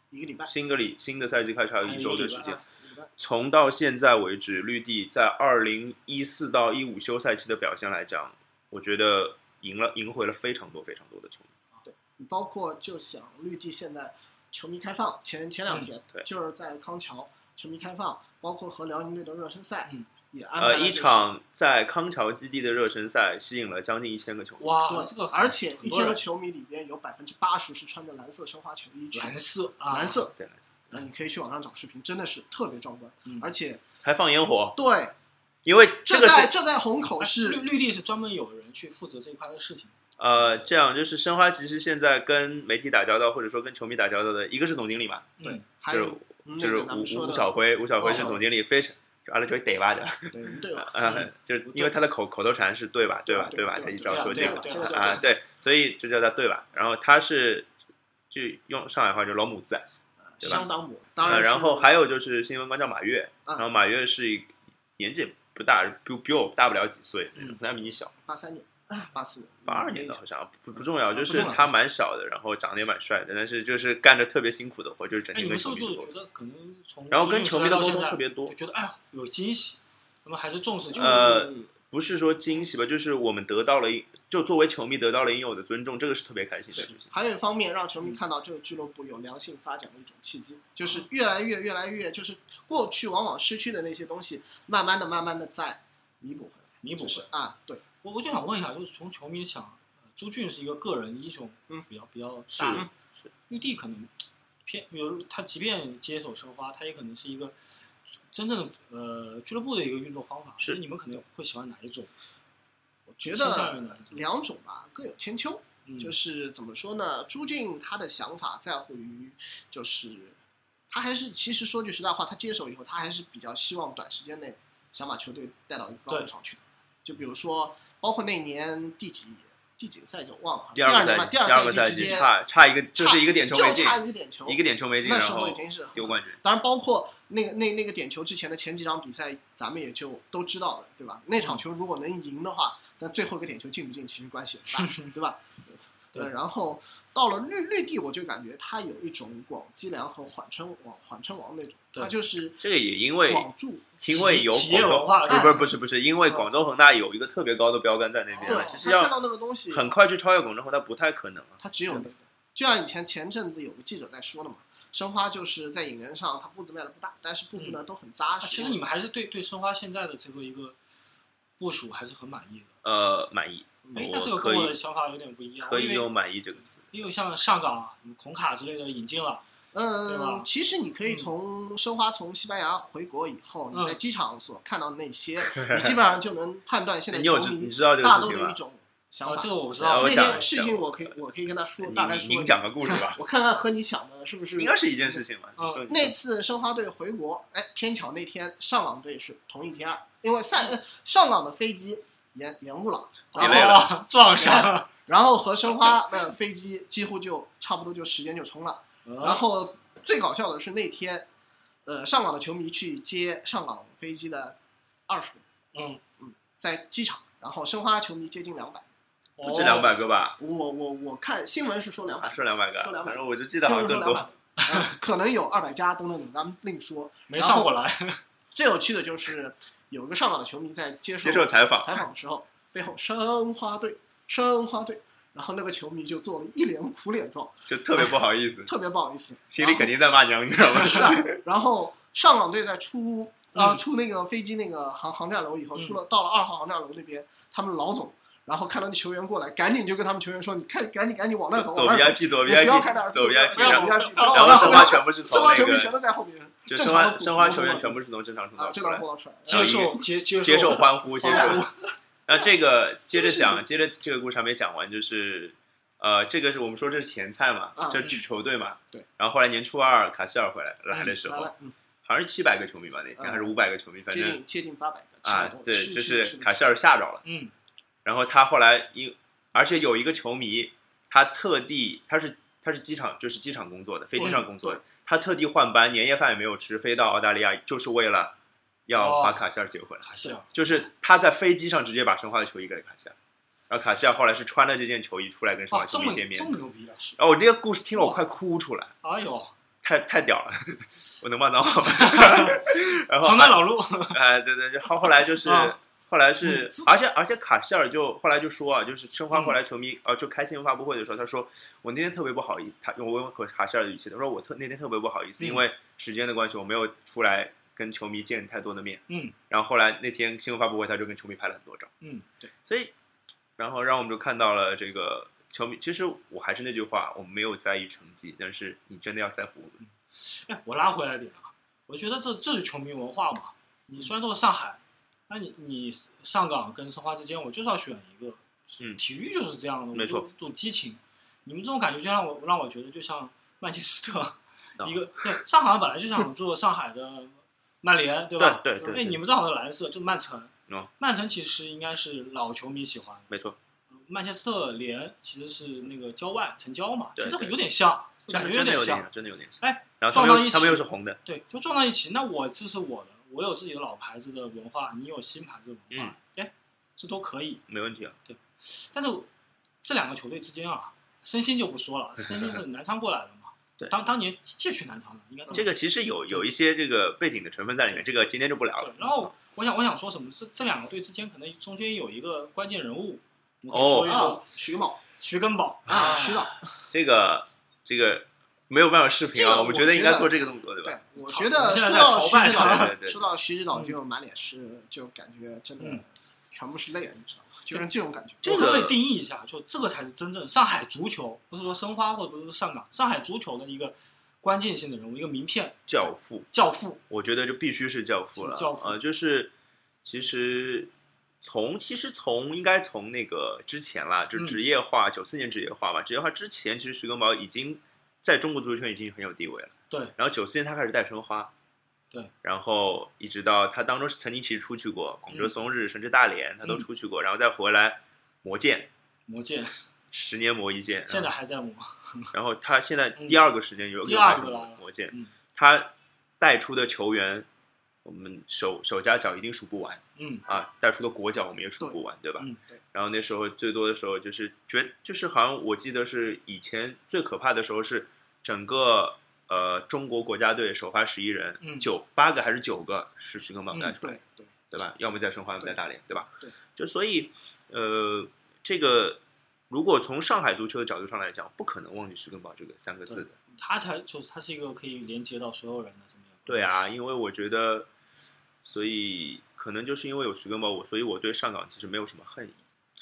Speaker 3: 一个礼拜，
Speaker 1: 新个里新的赛季开始还有一周的时
Speaker 2: 还有一个礼
Speaker 1: 间
Speaker 2: 拜。
Speaker 3: 啊，礼拜
Speaker 1: 从到现在为止，绿地在二零一四到一五休赛期的表现来讲，我觉得赢了赢回了非常多非常多的球迷。
Speaker 3: 你包括就想绿地现在球迷开放，前前
Speaker 2: 嗯
Speaker 3: 两天、
Speaker 1: 对
Speaker 3: 就是在康桥球迷开放，包括和辽宁队的热身赛、
Speaker 2: 嗯
Speaker 3: 也安排了
Speaker 1: 呃，
Speaker 3: 这些、
Speaker 1: 一场在康桥基地的热身赛吸引了将近一千个球迷。
Speaker 2: 哇，
Speaker 3: 对，
Speaker 2: 这个很
Speaker 3: 而且
Speaker 2: 很多
Speaker 3: 一千个
Speaker 2: 人
Speaker 3: 球迷里边有百分之八十是穿着蓝色申花球衣去
Speaker 2: 蓝色啊，
Speaker 3: 蓝色，
Speaker 1: 对，
Speaker 3: 然后你可以去网上找视频，真的是特别壮观，
Speaker 2: 嗯
Speaker 3: 而且
Speaker 1: 还放烟火，
Speaker 3: 对，
Speaker 1: 因为这
Speaker 3: 这
Speaker 1: 个
Speaker 3: 在
Speaker 1: 是
Speaker 3: 这在虹口
Speaker 2: 哎绿
Speaker 3: 是
Speaker 2: 绿地是专门有人去负责这一块的事情。
Speaker 1: 呃，这样就是申花其实现在跟媒体打交道，或者说跟球迷打交道的，一个是总经理嘛，
Speaker 2: 嗯
Speaker 3: 对，，还
Speaker 1: 就是
Speaker 3: 有
Speaker 1: 就
Speaker 3: 那
Speaker 1: 是
Speaker 3: 个咱
Speaker 1: 吴
Speaker 3: 们说
Speaker 1: 吴
Speaker 3: 的
Speaker 1: 晓辉，吴晓辉是
Speaker 3: 哦
Speaker 1: 总经理，非常阿拉就会逮吧的，
Speaker 3: 对嗯对吧？
Speaker 1: 呃， 就是因为他的口口头禅是对吧，对吧，
Speaker 3: 对
Speaker 1: 吧，
Speaker 3: 吧
Speaker 1: 他一直
Speaker 3: 对
Speaker 1: 要
Speaker 3: 吧
Speaker 1: 说这
Speaker 3: 对
Speaker 1: 个
Speaker 3: 吧。
Speaker 2: 这
Speaker 3: 对吧
Speaker 2: 个
Speaker 3: 对吧
Speaker 1: 啊，对，所以就叫他对吧？然后他是就用上海话就老母子，
Speaker 3: 呃
Speaker 1: 对吧
Speaker 3: 相当模，当
Speaker 1: 呃，
Speaker 3: 然是
Speaker 1: 然后还有就是新闻官叫马跃，
Speaker 3: 啊
Speaker 1: 然后马跃是一年纪也不大，比比我大不了几岁，
Speaker 2: 嗯
Speaker 1: 可能比你小，
Speaker 3: 八三年啊，八四年，
Speaker 1: 八二年的好像不不重要，
Speaker 3: 啊
Speaker 1: 就
Speaker 3: 不
Speaker 1: 是
Speaker 3: 重要
Speaker 1: 他蛮小的，然后长得也蛮帅的，但是就是干着特别辛苦的活，就是整
Speaker 2: 哎，
Speaker 1: 天跟
Speaker 2: 你们是
Speaker 1: 球
Speaker 2: 不
Speaker 1: 迷
Speaker 2: 是就
Speaker 1: 沟
Speaker 2: 觉
Speaker 1: 通。
Speaker 2: 得可能从
Speaker 1: 然后跟球迷的
Speaker 2: 到
Speaker 1: 沟
Speaker 2: 现
Speaker 1: 通
Speaker 2: 在
Speaker 1: 特别多
Speaker 2: 就觉得哎呦有惊喜，他们还是重视球迷。
Speaker 1: 呃，
Speaker 3: 嗯
Speaker 1: 不是说惊喜吧，就是我们得到了一，就作为球迷得到了应有的尊重，这个是特别开心的事情。
Speaker 3: 还有一方面，让球迷看到这个俱乐部有良性发展的一种契机，就是越来越、越来越，就是过去往往失去的那些东西，慢慢的、慢慢的再弥补回来。
Speaker 2: 弥补
Speaker 3: 就
Speaker 2: 回
Speaker 3: 是
Speaker 2: 来
Speaker 3: 啊，对，
Speaker 2: 我我就想问一下，就是从球迷想，呃朱俊是一个个人英雄，
Speaker 3: 嗯
Speaker 2: 比较比较
Speaker 1: 是
Speaker 2: 大的，
Speaker 1: 是
Speaker 2: 绿地可能偏，比如他即便接手申花，他也可能是一个真正的呃俱乐部的一个运作方法。
Speaker 1: 是
Speaker 2: 那你们可能会喜欢哪一种？
Speaker 3: 我觉
Speaker 2: 倾向于
Speaker 3: 得
Speaker 2: 哪一种？
Speaker 3: 两种吧，各有千秋。
Speaker 2: 嗯
Speaker 3: 就是怎么说呢？朱俊他的想法在乎于，就是他还是其实说句实在话，他接手以后，他还是比较希望短时间内想把球队带到一个高
Speaker 2: 对
Speaker 3: 度上去的。就比如说，包括那年第几第几个赛季我忘了，
Speaker 1: 第
Speaker 3: 二
Speaker 1: 二个
Speaker 3: 年
Speaker 1: 赛
Speaker 3: 吧，第
Speaker 1: 季，
Speaker 3: 二
Speaker 1: 第二个
Speaker 3: 赛
Speaker 1: 赛
Speaker 3: 季直
Speaker 1: 季
Speaker 3: 接
Speaker 1: 差差一个，就是一个点球没
Speaker 3: 就
Speaker 1: 进，
Speaker 3: 差一个点球，
Speaker 1: 一个点球没进，
Speaker 3: 那
Speaker 1: 然
Speaker 3: 时候
Speaker 1: 后
Speaker 3: 已经是
Speaker 1: 丢冠军。
Speaker 3: 当然，包括那个那那个点球之前的前几场比赛，咱们也就都知道了，对吧？那
Speaker 2: 嗯
Speaker 3: 场球如果能赢的话，咱最后一个点球进不进，其实关系很大，对吧？
Speaker 2: 对
Speaker 3: 对，然后到了绿绿地，我就感觉他有一种广积粮和缓称王缓称王那种，
Speaker 2: 对
Speaker 3: 他就是
Speaker 1: 这个也因为
Speaker 3: 广注，
Speaker 1: 因为有
Speaker 2: 企业
Speaker 1: 广州
Speaker 2: 文化
Speaker 3: 哎
Speaker 1: 不是不
Speaker 2: 是
Speaker 1: 是不是不是，因为广州恒大有一个特别高的标杆在那边
Speaker 3: 嗯对
Speaker 1: 了，其实
Speaker 3: 他看
Speaker 1: 啊要
Speaker 3: 到那个东西，
Speaker 1: 很快去超越广州恒大不太可能啊。
Speaker 3: 他只有那个。就像以前前阵子有个记者在说的嘛，申花就是在引援上，他步子迈的不大，但是步步呢都很扎
Speaker 2: 啊
Speaker 3: 实。
Speaker 2: 其实你们还是对对申花现在的这个一个部署还是很满意的。
Speaker 1: 呃，满意，
Speaker 2: 哎，
Speaker 1: 我
Speaker 2: 但是我
Speaker 1: 可
Speaker 2: 跟我的
Speaker 1: 以
Speaker 2: 想法有点不一样，
Speaker 1: 可以
Speaker 2: 因为
Speaker 1: 用满意这个词。
Speaker 2: 因为像上港啊、什么孔卡之类的引进了，对吧
Speaker 3: 嗯，其实你可以
Speaker 2: 嗯
Speaker 3: 从申花从西班牙回国以后，
Speaker 2: 嗯
Speaker 3: 你在机场所看到的那些，你基本上就能判断现在
Speaker 1: 你有
Speaker 3: 球
Speaker 1: 知你
Speaker 3: 迷
Speaker 1: 知道这个
Speaker 3: 大
Speaker 1: 事
Speaker 3: 都
Speaker 1: 情
Speaker 3: 的
Speaker 1: 吗
Speaker 3: 一？种想
Speaker 2: 啊，
Speaker 3: 法。
Speaker 2: 这个我不知
Speaker 1: 然
Speaker 2: 道
Speaker 1: 后。
Speaker 3: 那
Speaker 1: 讲
Speaker 3: 件事情
Speaker 1: 讲
Speaker 3: 我可以我可以跟他说，大概
Speaker 1: 您
Speaker 3: 说
Speaker 1: 您
Speaker 3: 一
Speaker 1: 讲
Speaker 3: 下，
Speaker 1: 个 故事吧，
Speaker 3: 我看看和你想的是不是
Speaker 1: 应该是一件事情吧？
Speaker 2: 哦
Speaker 1: 说你
Speaker 3: 那次申花队回国，哎，天桥那天上港队是同一天二，因为赛呃上港的飞机延延误了，
Speaker 1: 然后 delay 了
Speaker 2: 撞上了，
Speaker 3: 然后和申花的飞机几乎就差不多就时间就冲了。
Speaker 1: 嗯
Speaker 3: 然
Speaker 2: 然
Speaker 3: 后最搞笑的是那天，呃，上港的球迷去接上港飞机的二十
Speaker 2: 嗯，
Speaker 3: 在机场，然后申花球迷接近两百。
Speaker 1: 不止
Speaker 2: 哦
Speaker 1: 两百个吧？
Speaker 3: 我我我看新闻是说两
Speaker 1: 啊，
Speaker 3: 百，
Speaker 1: 说两百个，
Speaker 3: 哦说200
Speaker 1: 反正我就记得
Speaker 3: 新
Speaker 1: 好像
Speaker 3: 闻说
Speaker 1: 更
Speaker 3: 两
Speaker 1: 多
Speaker 3: 百。，呃可能有二百加等等等，咱们另说。
Speaker 2: 没上过来，
Speaker 3: 最有趣的就是有一个上港的球迷在接受
Speaker 1: 接受采访，
Speaker 3: 采访的时候，背后申花队，申花队，然后那个球迷就做了一脸苦脸状，
Speaker 1: 就特别不好意思，
Speaker 3: 特别不好意思。
Speaker 1: 心里肯定在骂娘，你知道吗？
Speaker 3: 是啊，然后上港队在出啊、
Speaker 2: 嗯
Speaker 3: 出那个飞机那个航航站楼以后，
Speaker 2: 嗯
Speaker 3: 出了到了二号航站楼那边，他们老总。然后看到那球员过来，赶紧就跟他们球员说：“你看，赶紧赶紧往那走，
Speaker 1: 走
Speaker 3: 往那走，
Speaker 1: VIP，走
Speaker 3: 你不要看
Speaker 1: VIP，
Speaker 3: 他，
Speaker 1: 走
Speaker 3: 不
Speaker 1: VIP，
Speaker 2: 要
Speaker 1: 然
Speaker 3: 要
Speaker 1: 后
Speaker 2: 不
Speaker 3: 走
Speaker 2: 要
Speaker 3: VIP，
Speaker 2: 不
Speaker 1: 然
Speaker 2: 要
Speaker 3: 往那
Speaker 1: 后
Speaker 3: 走
Speaker 1: 申花全部是
Speaker 3: 申
Speaker 1: 从
Speaker 3: 花
Speaker 1: 那
Speaker 3: 球迷全
Speaker 1: 个，嗯
Speaker 3: 都在后面，
Speaker 1: 就申
Speaker 3: 正常
Speaker 1: 花
Speaker 3: 的
Speaker 1: 申花球员
Speaker 3: 全
Speaker 1: 全部是从正常通
Speaker 3: 啊
Speaker 1: 道
Speaker 3: 正
Speaker 1: 出
Speaker 3: 常
Speaker 1: 来
Speaker 3: 通，道出来，
Speaker 2: 接受接接
Speaker 1: 接受欢呼，接
Speaker 2: 欢
Speaker 1: 受
Speaker 2: 呼，
Speaker 1: 那这 个接着
Speaker 3: 这个事
Speaker 1: 讲，接着这个故事还没讲完，就是呃，这个是我们说这是前菜嘛，
Speaker 3: 啊
Speaker 1: 这是球队嘛，
Speaker 3: 对。
Speaker 1: 然后后来年初二卡希尔回来来的时
Speaker 3: 来
Speaker 1: 候，
Speaker 3: 了，嗯，
Speaker 1: 好像是七百个球迷吧，那天、
Speaker 3: 嗯
Speaker 1: 还是五百个球迷，反
Speaker 3: 接
Speaker 1: 正
Speaker 3: 近接近八百个，700
Speaker 1: 啊
Speaker 3: 多，
Speaker 1: 对，
Speaker 3: 是啊
Speaker 1: 就是是卡希尔吓着了。
Speaker 2: 嗯，
Speaker 1: 然后他后来因，而且有一个球迷，他特地他是他是机场就是机场工作的，飞机上工作的
Speaker 3: 对，
Speaker 1: 他特地换班，年夜饭也没有吃，飞到澳大利亚就是为了
Speaker 2: 哦
Speaker 1: 要把卡希尔接回来。
Speaker 2: 卡西尔，
Speaker 1: 就是他在飞机上直接把申花的球衣给了卡西亚，然后卡西亚后来是穿了这件球衣出来跟申
Speaker 2: 哇，
Speaker 1: 花
Speaker 2: 哦这
Speaker 1: 球
Speaker 2: 么
Speaker 1: 迷见面哦
Speaker 2: 这。么牛逼啊！ 是，
Speaker 1: 然后我这个故事听了我快哭出来，
Speaker 2: 哎呦，
Speaker 1: 太太屌了， 我能骂脏 话吗？然后
Speaker 2: 长滩老路，
Speaker 1: 哎，对对，就后后来就是
Speaker 2: 啊
Speaker 1: 后来是，而且而且卡希尔就后来就说啊，就是申
Speaker 2: 嗯
Speaker 1: 花后来球迷呃就开新闻发布会的时候，他说我那天特别不好意思，他我用和卡希尔的语气，他说我特那天特别不好意思，
Speaker 2: 嗯
Speaker 1: 因为时间的关系，我没有出来跟球迷见太多的面。
Speaker 2: 嗯，
Speaker 1: 然后后来那天新闻发布会，他就跟球迷拍了很多照。
Speaker 2: 嗯，
Speaker 3: 对，
Speaker 1: 所以然后让我们就看到了这个球迷。其实我还是那句话，我们没有在意成绩，但是你真的要在乎我们。
Speaker 2: 哎，我拉回来点啊，我觉得这这是球迷文化嘛。你虽然都是上海，那你你上港跟申花之间，我就是要选一个。
Speaker 1: 嗯
Speaker 2: 体育就是这样的，
Speaker 1: 没错，
Speaker 2: 这种激情。你们这种感觉就让我让我觉得就像曼彻斯特一个对上海本来就想做上海的曼联，对吧？
Speaker 1: 对
Speaker 2: 哎，你们正好是蓝色，就曼城
Speaker 1: 嗯。
Speaker 2: 曼城其实应该是老球迷喜欢的，
Speaker 1: 没错，
Speaker 2: 曼彻斯特联其实是那个郊外城郊嘛，其
Speaker 1: 对
Speaker 2: 实
Speaker 1: 对
Speaker 2: 有点像，
Speaker 1: 真
Speaker 2: 感觉有
Speaker 1: 真的
Speaker 2: 点
Speaker 1: 有点
Speaker 2: 像。
Speaker 1: 像，真的有点像。
Speaker 2: 哎，
Speaker 1: 然后他们
Speaker 2: 撞到
Speaker 1: 又
Speaker 2: 一起
Speaker 1: 他们又是红的，
Speaker 2: 对，就撞到一起。那我支持我的，我有自己的老牌子的文化，你有新牌子的文化，
Speaker 1: 嗯
Speaker 2: 哎，这都可以。
Speaker 1: 没问题啊。
Speaker 2: 但是这两个球队之间啊，申鑫就不说了，申鑫是南昌过来的嘛，
Speaker 1: 对
Speaker 2: 当当年借去南昌的，应该这么
Speaker 1: 这个其实有有一些这个背景的成分在里面，这个今天就不聊
Speaker 2: 对
Speaker 1: 了。。
Speaker 2: 然后我想我想说什么？这这两个队之间可能中间有一个关键人物，我们可以
Speaker 1: 哦
Speaker 2: 说一
Speaker 3: 啊
Speaker 2: 说，
Speaker 3: 徐某
Speaker 2: 徐根宝
Speaker 3: 啊，徐导，
Speaker 1: 这个这个没有办法视频
Speaker 3: 这
Speaker 1: 啊，
Speaker 3: 个
Speaker 1: 们
Speaker 3: 我
Speaker 1: 觉得
Speaker 3: 觉
Speaker 1: 应该
Speaker 3: 得
Speaker 1: 做这个动作，对吧？
Speaker 3: 对，我
Speaker 2: 操
Speaker 3: 觉
Speaker 2: 我
Speaker 3: 得
Speaker 2: 们现
Speaker 3: 说
Speaker 2: 在
Speaker 3: 到
Speaker 2: 在
Speaker 3: 徐
Speaker 2: 朝拜
Speaker 3: 指
Speaker 1: 对
Speaker 2: 他
Speaker 1: 对
Speaker 3: 导，
Speaker 1: 对
Speaker 3: 说到徐指导
Speaker 2: 嗯
Speaker 3: 就满脸是，就感觉真的
Speaker 2: 嗯
Speaker 3: 全部是泪啊，你知道吗？就是这种感觉。
Speaker 1: 这
Speaker 2: 我可不可
Speaker 1: 个
Speaker 2: 以定义一下？就这个才是真正上海足球，不是说申花或者不是上港，上海足球的一个关键性的人物，一个名片
Speaker 1: 教父，
Speaker 2: 教父。
Speaker 1: 我觉得就必须是教父了。
Speaker 2: 是教父
Speaker 1: 呃，就是其实从其实从应该从那个之前啦，就
Speaker 2: 嗯
Speaker 1: 职业化九四、94年职业化嘛，职业化之前其实徐根宝已经在中国足球圈已经很有地位了。
Speaker 2: 对，
Speaker 1: 然后九四年他开始带申花，
Speaker 2: 对，
Speaker 1: 然后一直到他当中是曾经其实出去过广州
Speaker 2: 嗯
Speaker 1: 松日，甚至大连他都
Speaker 2: 嗯
Speaker 1: 出去过，然后再回来魔剑。
Speaker 2: 魔
Speaker 1: 嗯
Speaker 2: 戒
Speaker 1: 十年磨一剑，然后
Speaker 2: 现在还在磨，
Speaker 1: 然后他现在第二个时间有
Speaker 2: 嗯第二
Speaker 1: 有
Speaker 2: 个来了
Speaker 1: 魔剑
Speaker 2: 嗯，
Speaker 1: 他带出的球员，我们手手加脚一定数不完
Speaker 2: 嗯，
Speaker 1: 啊，带出的国脚我们也数不完，对吧
Speaker 2: 嗯
Speaker 3: 对？
Speaker 1: 然后那时候最多的时候就是觉，就是好像我记得是以前最可怕的时候是整个呃中国国家队首发十一人
Speaker 2: 嗯，
Speaker 1: 九八个还是九个是徐根宝带出来的
Speaker 3: 对对，
Speaker 1: 对吧？要么在申花，要么在大连，对吧？
Speaker 3: 对，
Speaker 1: 就所以，呃，这个如果从上海足球的角度上来讲，不可能忘记徐根宝这个三个字的。
Speaker 2: 他才就是他是一个可以连接到所有人的这么一个。
Speaker 1: 对啊，，因为我觉得，所以可能就是因为有徐根宝，我所以我对上港其实没有什么恨意。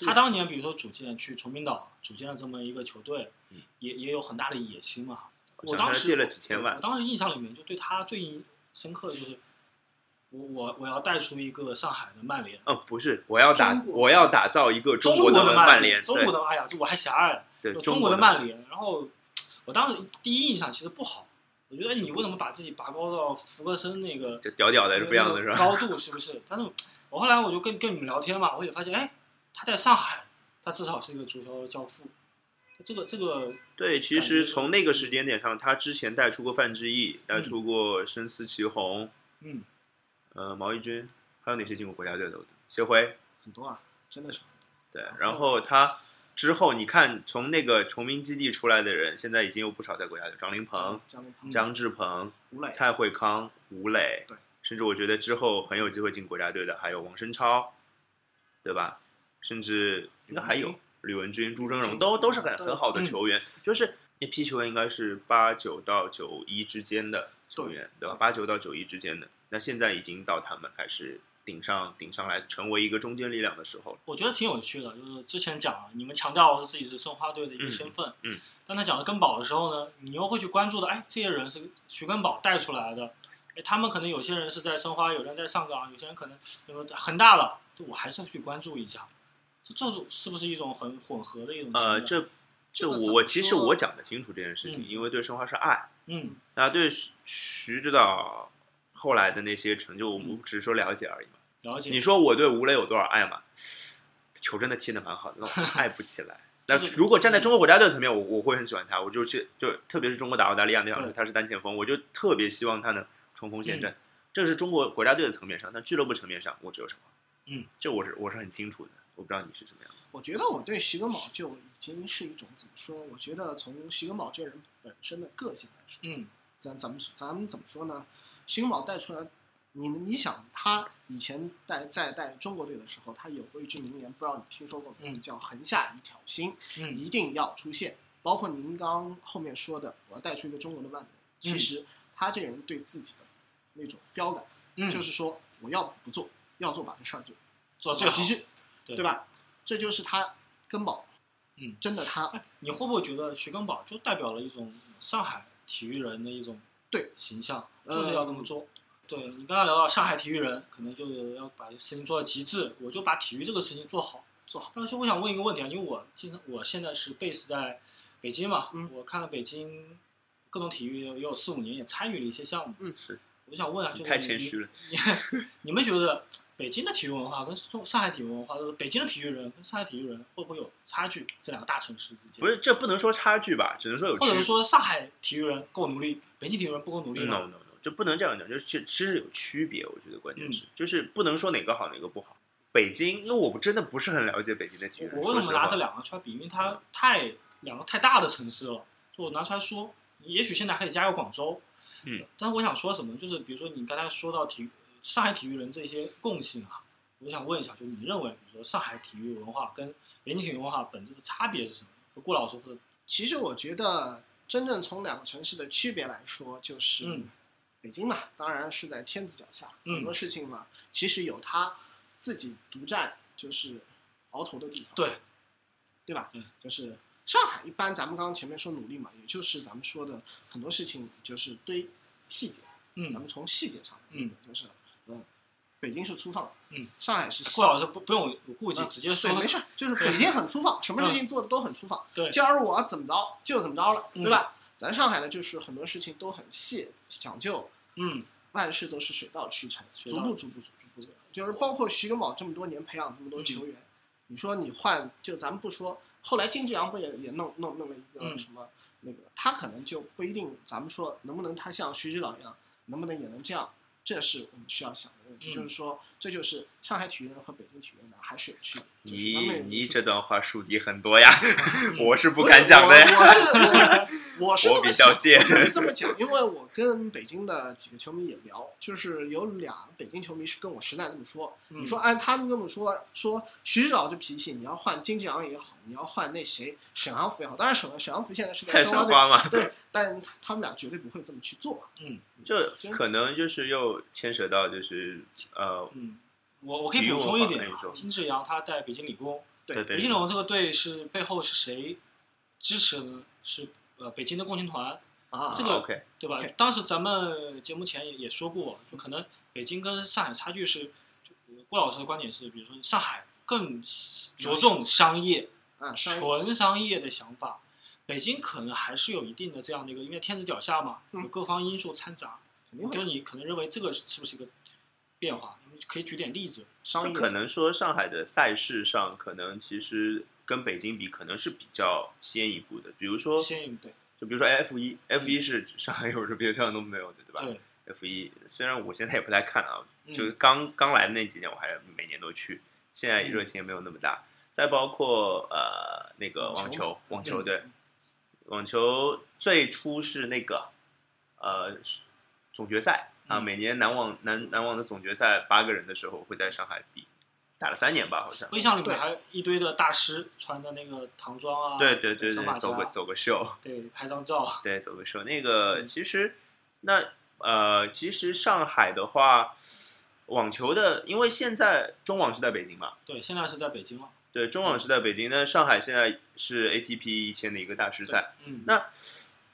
Speaker 2: 他当年比如说组建去崇明岛组建了这么一个球队，
Speaker 1: 嗯
Speaker 2: 也也有很大的野心嘛。我
Speaker 1: 想他
Speaker 2: 当时
Speaker 1: 借了几千
Speaker 2: 我我
Speaker 1: 万，
Speaker 2: 当时印象里面就对他最印深刻的就是，我我我要带出一个上海的曼联，
Speaker 1: 嗯，不是，我要打
Speaker 3: 中，国
Speaker 1: 我要打造一个中
Speaker 2: 国
Speaker 1: 的
Speaker 2: 的
Speaker 1: 曼
Speaker 2: 联，
Speaker 1: 联，
Speaker 2: 中国的哎呀，这我还狭隘了，
Speaker 1: 对对
Speaker 2: 中
Speaker 1: 国
Speaker 2: 国
Speaker 1: 的
Speaker 2: 的曼联。然后我当时第一印象其实不好，我觉得哎你为什么把自己拔高到福格森那个
Speaker 1: 就屌屌的是不一样的，是吧？
Speaker 2: 高度是不是？但是我后来我就跟跟你们聊天嘛，我也发现，哎，他在上海，他至少是一个足球教父。这个这个，
Speaker 1: 对，其
Speaker 2: 感觉嗯
Speaker 1: 实
Speaker 2: 就
Speaker 1: 从那个时间点上，他之前带出过范志毅，带出过深思祁宏，
Speaker 2: 嗯，
Speaker 1: 呃，毛义军，还有哪些进过国家队的？谢辉，
Speaker 3: 很多啊，真的是很多。
Speaker 1: 对
Speaker 3: 然，
Speaker 1: 然
Speaker 3: 后
Speaker 1: 后他之后，你看从那个崇明基地出来的人，现在已经有不少在国家队，张琳芃、
Speaker 3: 教练庞、
Speaker 1: 张志鹏、
Speaker 2: 嗯
Speaker 3: 吴磊，
Speaker 1: 蔡慧康、吴磊，
Speaker 3: 对，
Speaker 1: 甚至我觉得之后很有机会进国家队的还有王声超，对吧？甚至应该还
Speaker 3: 李文
Speaker 1: 有吕文君、
Speaker 3: 军
Speaker 1: 朱峥
Speaker 3: 朱
Speaker 1: 嵘，
Speaker 3: 峥
Speaker 1: 都都是很
Speaker 3: 都
Speaker 1: 很好的
Speaker 2: 嗯
Speaker 1: 球员，就是那批球员应该是八九到九一之间的球员，对吧？八九到九一之间的，那现在已经到他们开始顶上顶上来，成为一个中坚力量的时候了。
Speaker 2: 我觉得挺有趣的。就是之前讲了，你们强调自己是申花队的一个身份，
Speaker 1: 嗯嗯
Speaker 2: 但他讲的根宝的时候呢，你又会去关注的，哎，这些人是徐根宝带出来的，哎，他们可能有些人是在申花，有人在上港，有些人可能什么恒大了，这我还是要去关注一下。这这种是不是一种很混合的一种情
Speaker 1: 呃，
Speaker 2: 感
Speaker 1: 这
Speaker 3: 这
Speaker 1: 这
Speaker 3: 个
Speaker 1: 我
Speaker 3: 怎
Speaker 1: 我
Speaker 3: 么
Speaker 1: 其实
Speaker 3: 说
Speaker 1: 我讲得清楚这件事情，
Speaker 2: 嗯
Speaker 1: 因为对申花是爱，
Speaker 2: 嗯
Speaker 1: 那对徐徐指导后来的那些成就，我
Speaker 2: 嗯
Speaker 1: 们只是说了解而已嘛。
Speaker 2: 了解
Speaker 1: 你说我对吴磊有多少爱嘛？球真的踢得蛮好的，那 我爱不起来。那
Speaker 2: 就是
Speaker 1: 如果站在中国国家队层面，我我会很喜欢他，我就去就特别是中国打澳大利亚那场球，
Speaker 2: 对嗯
Speaker 1: 他是单前锋，我就特别希望他能冲锋陷阵。这是中国国家队的层面上，但俱乐部层面上，我只有申花。
Speaker 2: 嗯，
Speaker 1: 这我是我是很清楚的，我不知道你是什么样子。
Speaker 3: 我觉得我对徐根宝就已经是一种怎么说？我觉得从徐根宝这人本身的个性来说，
Speaker 2: 嗯
Speaker 3: 咱咱们咱们怎么说呢？徐根宝带出来，你你想他以前带在带中国队的时候，他有过一句名言，不知道你听说过没有，
Speaker 2: 嗯
Speaker 3: 叫“横下一条心”。
Speaker 2: 嗯
Speaker 3: 一定要出现。包括您刚后面说的，我要带出一个中国的曼联，其实他这个人对自己的那种标杆，
Speaker 2: 嗯，
Speaker 3: 就是说我要不做，要做把这事儿就
Speaker 2: 做哦最好。
Speaker 3: 其实
Speaker 2: 对
Speaker 3: 对吧？这就是他根宝，
Speaker 2: 嗯
Speaker 3: 真的他
Speaker 2: 你会不会觉得徐根宝就代表了一种上海体育人的一种
Speaker 3: 对
Speaker 2: 形象，
Speaker 3: 呃
Speaker 2: 就是要这么做？对你刚才聊到上海体育人，可能就要把事情做到极致，我就把体育这个事情做好。
Speaker 3: 做好。
Speaker 2: 但是我想问一个问题啊，因为我经常我现在是 base 在北京嘛，
Speaker 3: 嗯
Speaker 2: 我看了北京各种体育也有四五年，也参与了一些项目。
Speaker 3: 嗯
Speaker 1: 是
Speaker 2: 我就想问啊，就是
Speaker 1: 太谦虚
Speaker 2: 了。
Speaker 1: 了。
Speaker 2: 你 你们觉得北京的体育文化跟中上海体育文化，就是北京的体育人跟上海体育人会不会有差距？这两个大城市之间
Speaker 1: 不？是，这不能说差距吧，只能说有区
Speaker 2: 或
Speaker 1: 别。
Speaker 2: 者是说上海体育人够努力，北京体育人不够努力
Speaker 1: no
Speaker 2: 吗？
Speaker 1: no no，就不能这样讲，就是其其实有区别，我觉得关键
Speaker 2: 嗯
Speaker 1: 是、就是不能说哪个好哪个不好。北京，因为我真的不是很了解北京的体育人。
Speaker 2: 我我为
Speaker 1: 说
Speaker 2: 什么
Speaker 1: 实话
Speaker 2: 拿这两个出来比？因为它太两个太大的城市了，就我拿出来说，也许现在可以加入广州。
Speaker 1: 嗯，
Speaker 2: 但是我想说什么，就是比如说你刚才说到体育上海体育人这些共性啊，我想问一下，就你认为，比如说上海体育文化跟北京体育文化本质的差别是什么？就顾老师或者
Speaker 3: 其实我觉得，真正从两个城市的区别来说，就是
Speaker 2: 嗯
Speaker 3: 北京嘛，当然是在天子脚下，
Speaker 2: 嗯
Speaker 3: 很多事情嘛，其实有他自己独占，就是鳌头的地方。
Speaker 2: 对，
Speaker 3: 对吧？
Speaker 2: 嗯，
Speaker 3: 就是上海一般，咱们刚刚前面说努力嘛，也就是咱们说的很多事情就是堆细节，咱
Speaker 2: 嗯
Speaker 3: 们从细节上，
Speaker 2: 嗯，
Speaker 3: 就是嗯，北京是粗放，
Speaker 2: 嗯，
Speaker 3: 上海是
Speaker 2: 顾
Speaker 3: 细。
Speaker 2: 老师不不用有顾忌，直接说嗯
Speaker 3: 对，没事儿，就是北京很粗放，什么事情做的都很粗放。
Speaker 2: 对
Speaker 3: 今儿我要怎么着就怎么着了，
Speaker 2: 嗯
Speaker 3: 对吧？咱上海呢，就是很多事情都很细讲究，
Speaker 2: 嗯
Speaker 3: 万事都是水到渠成，
Speaker 2: 水
Speaker 3: 逐
Speaker 2: 到
Speaker 3: 步逐步逐步逐步，就是包括徐根宝这么多年培养这么多球员，你说你换，就咱们不说，后来金志扬不也也弄弄弄了一个
Speaker 2: 嗯
Speaker 3: 什么、那个，他可能就不一定，咱们说能不能他像徐指导一样，能不能也能这样，这是我们需要想的问
Speaker 2: 嗯
Speaker 3: 题，就是说这就是上海体育人和北京体育人呢还是有区别，就是他们
Speaker 1: 你
Speaker 3: 有
Speaker 1: 你
Speaker 3: 一
Speaker 1: 这
Speaker 3: 种
Speaker 1: 段话树敌很多呀， 我是不
Speaker 3: 是
Speaker 1: 敢讲的呀。
Speaker 3: 我我是我我是 这
Speaker 1: 我
Speaker 3: 么
Speaker 1: 比
Speaker 3: 想
Speaker 1: 较贱
Speaker 3: 我就是这么讲，因为我跟北京的几个球迷也聊，就是有俩北京球迷是跟我实在这么说，
Speaker 2: 嗯
Speaker 3: 你说按他们跟我说说徐指导这脾气，你要换金志扬也好，你要换那谁沈阳福也好，当然沈沈阳福现在是在
Speaker 1: 蔡
Speaker 3: 申
Speaker 1: 少
Speaker 3: 花队，
Speaker 1: 花嘛，
Speaker 3: 对，但他他们俩绝对不会这么去做，
Speaker 2: 嗯
Speaker 1: 这
Speaker 3: 真
Speaker 1: 可能就是又牵扯到就是呃，
Speaker 2: 嗯，我我可以
Speaker 1: 体育
Speaker 2: 补充
Speaker 1: 文
Speaker 2: 一
Speaker 1: 化
Speaker 2: 点
Speaker 1: 那一
Speaker 2: 啊
Speaker 1: 种，
Speaker 2: 金志扬他在北京理工。
Speaker 3: 对
Speaker 1: 对
Speaker 2: 北
Speaker 1: 对
Speaker 2: 京龙这个队是背后是谁支持的呢？是呃北京的共青团，
Speaker 3: 啊，
Speaker 2: 这个
Speaker 1: OK，
Speaker 2: 对吧
Speaker 3: OK
Speaker 2: 当时咱们节目前也也说过，就可能北京跟上海差距是，就呃郭老师的观点是，比如说上海更着重商业、
Speaker 3: 啊，商业
Speaker 2: 纯商业的想法，北京可能还是有一定的这样的一个，因为天子脚下嘛，
Speaker 3: 嗯
Speaker 2: 有各方因素掺杂，
Speaker 3: 肯定
Speaker 2: 就
Speaker 3: 会
Speaker 2: 你可能认为这个是不是一个变化？你们可以举点例子。
Speaker 3: 商
Speaker 1: 就
Speaker 3: 业
Speaker 1: 可能说上海的赛事上，可能其实跟北京比，可能是比较先一步的。比如说，
Speaker 2: 先一步
Speaker 3: 对
Speaker 1: 就比如说 F 一，F 一是上海有，是别的地方都没有的，对吧
Speaker 2: 嗯对，
Speaker 1: ？F 一虽然我现在也不太看啊，
Speaker 2: 嗯
Speaker 1: 就是刚刚来的那几年，我还每年都去，现在
Speaker 2: 嗯
Speaker 1: 热情也没有那么大。再包括呃那个
Speaker 3: 网
Speaker 1: 网
Speaker 3: 球
Speaker 1: 球，网球
Speaker 3: 嗯
Speaker 1: 对，网球最初是那个呃总决赛啊，
Speaker 2: 嗯
Speaker 1: 每年南网南南网的总决赛八个人的时候会在上海比，打了三年吧，好像。
Speaker 2: 微笑里
Speaker 3: 对
Speaker 2: 面还有一堆的大师穿的那个唐装啊，
Speaker 1: 对对对
Speaker 2: 小马啊
Speaker 1: 对，走个
Speaker 2: 甲，
Speaker 1: 走个秀。
Speaker 2: 对，拍张照，啊
Speaker 1: 对，走个秀。那个
Speaker 2: 嗯
Speaker 1: 其实，那呃，其实上海的话，网球的，因为现在中网是在北京嘛，
Speaker 2: 对，现在是在北京了，
Speaker 1: 对，中
Speaker 3: 嗯
Speaker 1: 网是在北京。那上海现在是 ATP 一千的一个大师赛。
Speaker 2: 嗯，
Speaker 1: 那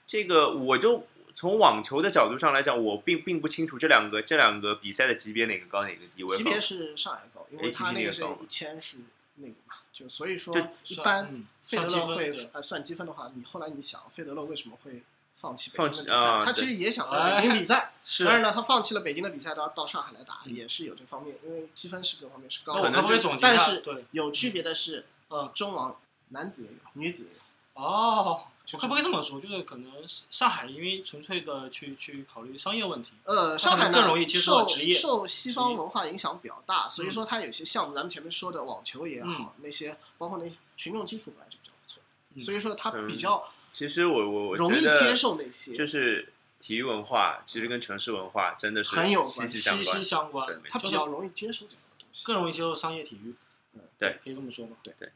Speaker 1: 这个我就从网球的角度上来讲，我并并不清楚这两个这两个比赛的级别哪个高哪个低。我也
Speaker 3: 级
Speaker 1: 搞
Speaker 3: 别是上海高，因为
Speaker 1: ATP
Speaker 3: 他那个是
Speaker 1: 那个高
Speaker 3: 一千是那个嘛，就所以说
Speaker 1: 就
Speaker 3: 一
Speaker 2: 算
Speaker 3: 般
Speaker 2: 嗯
Speaker 3: 费
Speaker 2: 算
Speaker 3: 德
Speaker 2: 积
Speaker 3: 勒
Speaker 2: 分
Speaker 3: 会
Speaker 2: 对
Speaker 3: 呃算积分的话，你后来你想费德勒为什么会放弃北
Speaker 1: 放
Speaker 3: 京的
Speaker 1: 弃
Speaker 3: 比赛
Speaker 1: 啊？
Speaker 3: 他其
Speaker 1: 对
Speaker 3: 实也想到北京 比赛，
Speaker 2: 是
Speaker 3: 当然呢，他放弃了北京的比赛，到到上海来打，也是有这方面，因为积分是各方面是高
Speaker 2: 那我
Speaker 1: 可
Speaker 2: 可
Speaker 1: 能
Speaker 2: 不
Speaker 3: 的。
Speaker 2: 可以总结一
Speaker 3: 但
Speaker 2: 下？
Speaker 3: 是
Speaker 2: 对，
Speaker 3: 有区别的是，
Speaker 2: 嗯，
Speaker 3: 中网男子也有，女子也有。
Speaker 2: 哦，
Speaker 3: 就是
Speaker 2: 我可不可以这么说？就是可能上海因为纯粹的去去考虑商业问题，他
Speaker 3: 呃，上
Speaker 2: 可
Speaker 3: 海
Speaker 2: 能
Speaker 3: 呢
Speaker 2: 更容易接受
Speaker 3: 受
Speaker 2: 职业
Speaker 3: 受西
Speaker 2: 职
Speaker 3: 方
Speaker 2: 业嗯
Speaker 3: 文化影响比较大，所以说它有些项目，咱们前面说的网球也好，那些包括那些群众基础本来就比较不错，
Speaker 2: 嗯
Speaker 3: 所以说它
Speaker 1: 嗯
Speaker 3: 比较
Speaker 1: 其实我我我
Speaker 3: 容易
Speaker 1: 觉得
Speaker 3: 接受那些，
Speaker 1: 就是体育文化其实跟城市文化真的是
Speaker 3: 很有
Speaker 1: 息
Speaker 3: 关
Speaker 1: 息
Speaker 3: 系
Speaker 1: 相
Speaker 2: 息
Speaker 1: 关
Speaker 2: 息。相关
Speaker 1: 对没，
Speaker 3: 它
Speaker 2: 就
Speaker 3: 比
Speaker 2: 是
Speaker 3: 较容易接受这样的东西。
Speaker 2: 更容易接受商业体育
Speaker 3: 嗯。
Speaker 1: 对，
Speaker 2: 可以这么说吗？
Speaker 3: 对
Speaker 1: 对，